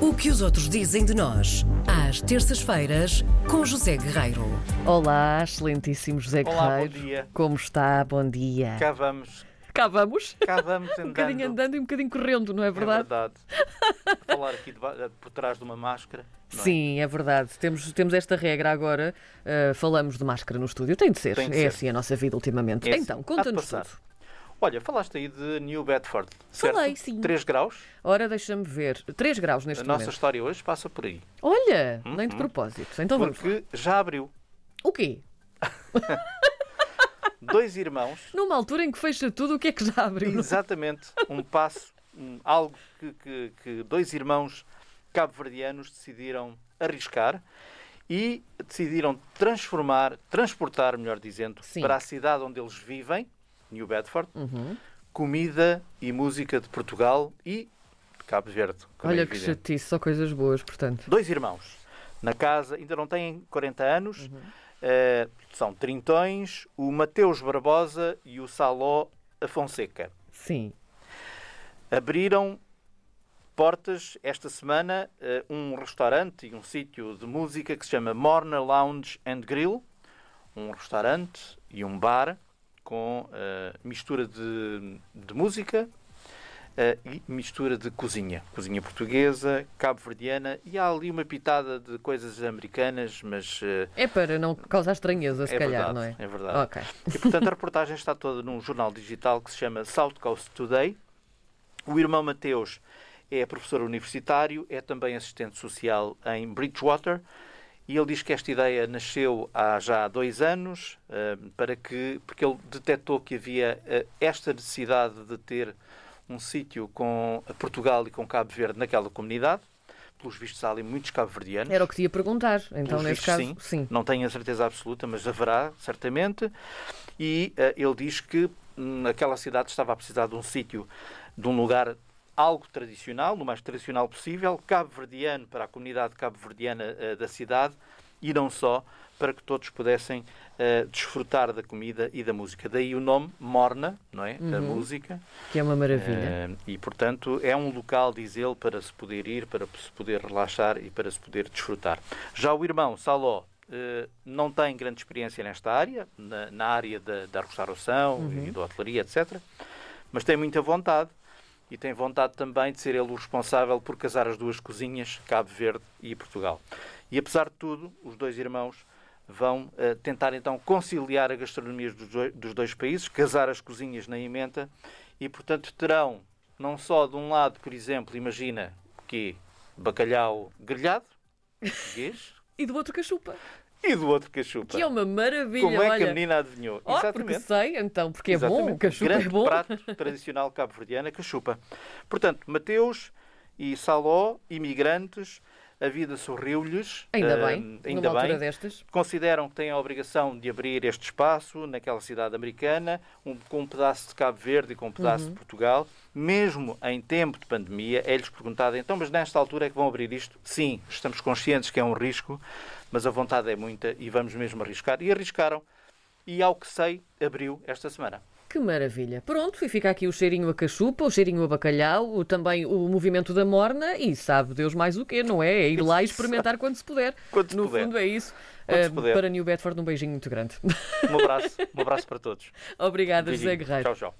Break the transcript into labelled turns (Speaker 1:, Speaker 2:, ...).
Speaker 1: O que os outros dizem de nós, às terças-feiras, com José Guerreiro.
Speaker 2: Olá, excelentíssimo José
Speaker 3: Olá,
Speaker 2: Guerreiro.
Speaker 3: bom dia.
Speaker 2: Como está? Bom dia.
Speaker 3: Cá vamos,
Speaker 2: Cá vamos.
Speaker 3: cá vamos andando.
Speaker 2: Um bocadinho andando e um bocadinho correndo, não é
Speaker 3: É
Speaker 2: verdade?
Speaker 3: verdade. Falar aqui deba- por trás de uma máscara. não é?
Speaker 2: Sim, é verdade. Temos, temos esta regra agora. uh, falamos de máscara no estúdio. Tem de ser.
Speaker 3: Tem de
Speaker 2: é
Speaker 3: ser.
Speaker 2: assim a nossa vida ultimamente.
Speaker 3: É assim.
Speaker 2: então,
Speaker 3: Há de
Speaker 2: conta-nos
Speaker 3: passar.
Speaker 2: tudo.
Speaker 3: Olha, falaste aí de New Bedford.
Speaker 2: Falei,
Speaker 3: certo?
Speaker 2: sim.
Speaker 3: 3 graus.
Speaker 2: Ora, deixa-me ver. 3 graus neste
Speaker 3: a nossa
Speaker 2: momento.
Speaker 3: história hoje passa por aí.
Speaker 2: Olha, nem de propósito. Então vamos. lá.
Speaker 3: Porque já abriu.
Speaker 2: O quê?
Speaker 3: Dois irmãos,
Speaker 2: Numa altura em que fecha tudo, o que é que já abriu?
Speaker 3: exatamente um passo, um- algo que, que- que dois irmãos cabo-verdianos decidiram arriscar e decidiram transformar, transportar, melhor dizendo,
Speaker 2: Sim.
Speaker 3: para a cidade onde eles vivem, New Bedford,
Speaker 2: Uhum.
Speaker 3: comida e música de Portugal e de Cabo Verde. como é
Speaker 2: Olha que
Speaker 3: evidente.
Speaker 2: chatice, só coisas boas, portanto.
Speaker 3: Dois irmãos na casa, ainda não têm 40 anos,
Speaker 2: Uhum.
Speaker 3: eh, são trintões, o Mateus Barbosa e o Saló Afonseca.
Speaker 2: Sim.
Speaker 3: Abriram portas esta semana eh, um restaurante e um sítio de música que se chama Morna Lounge and Grill, um restaurante e um bar com eh, mistura de, de música eh, e mistura de cozinha. Cozinha portuguesa, cabo-verdiana e há ali uma pitada de coisas americanas, mas eh,
Speaker 2: É para não causar estranheza, se
Speaker 3: é,
Speaker 2: calhar,
Speaker 3: verdade,
Speaker 2: não
Speaker 3: é verdade.
Speaker 2: Ok.
Speaker 3: E portanto a reportagem está toda num jornal digital que se chama South Coast Today. O irmão Mateus é professor universitário, é também assistente social em Bridgewater e ele diz que esta ideia nasceu há já dois anos eh, para que porque ele detectou que havia eh, esta necessidade de ter um sítio com Portugal e com Cabo Verde naquela comunidade. Pelos vistos há ali muitos cabo-verdianos.
Speaker 2: Era o que te ia perguntar. Então,
Speaker 3: Pelos
Speaker 2: neste caso,
Speaker 3: vistos,
Speaker 2: sim.
Speaker 3: Não tenho a certeza absoluta, mas haverá, certamente. E eh, ele diz que hum, aquela cidade estava a precisar de um sítio, de um lugar algo tradicional, o mais tradicional possível, cabo-verdiano, para a comunidade cabo-verdiana eh, da cidade e não só, para que todos pudessem eh, desfrutar da comida e da música. Daí o nome Morna, não é? Da música.
Speaker 2: Que é uma maravilha.
Speaker 3: Eh, e, portanto, é um local, diz ele, para se poder ir, para se poder relaxar e para se poder desfrutar. Já o irmão, Saló, eh, não tem grande experiência nesta área, na, na área da, da restauração e da hotelaria, etc. Mas tem muita vontade e tem vontade também de ser ele o responsável por casar as duas cozinhas, Cabo Verde e Portugal. E apesar de tudo, os dois irmãos vão eh, tentar então conciliar a gastronomia dos dois, dos dois países, casar as cozinhas na emenda e portanto terão não só de um lado, por exemplo, imagina que bacalhau grelhado, português,
Speaker 2: E do outro cachupa.
Speaker 3: e do outro cachupa.
Speaker 2: Que é uma maravilha,
Speaker 3: Como é
Speaker 2: olha.
Speaker 3: que a menina adivinhou?
Speaker 2: Oh, porque sei, então, porque é bom, o
Speaker 3: Exatamente.
Speaker 2: cachupa
Speaker 3: Grande
Speaker 2: é bom.
Speaker 3: prato tradicional cabo-verdiana, cachupa. Portanto, Mateus e Saló, imigrantes, a vida sorriu-lhes.
Speaker 2: Ainda
Speaker 3: ah,
Speaker 2: bem,
Speaker 3: ainda
Speaker 2: numa altura
Speaker 3: bem.
Speaker 2: destas.
Speaker 3: Consideram que têm a obrigação de abrir este espaço naquela cidade americana, um- com um pedaço de Cabo Verde e com um pedaço
Speaker 2: Uhum.
Speaker 3: de Portugal, mesmo em tempo de pandemia. É-lhes perguntado, então, mas nesta altura é que vão abrir isto? Sim, estamos conscientes que é um risco, mas a vontade é muita e vamos mesmo arriscar. E arriscaram. E, ao que sei, abriu esta semana.
Speaker 2: Que maravilha. Pronto, e fica aqui o cheirinho a cachupa, o cheirinho a bacalhau, o- também o movimento da morna e sabe Deus mais o quê, não é? É ir lá e experimentar quando se puder.
Speaker 3: Quando se
Speaker 2: no
Speaker 3: puder.
Speaker 2: fundo é isso.
Speaker 3: Quando se
Speaker 2: Ah,
Speaker 3: puder.
Speaker 2: Para New Bedford, um beijinho muito grande.
Speaker 3: Um abraço, um abraço para todos.
Speaker 2: Obrigada, José
Speaker 3: Um Beijinho.
Speaker 2: Guerreiro.
Speaker 3: Tchau, tchau.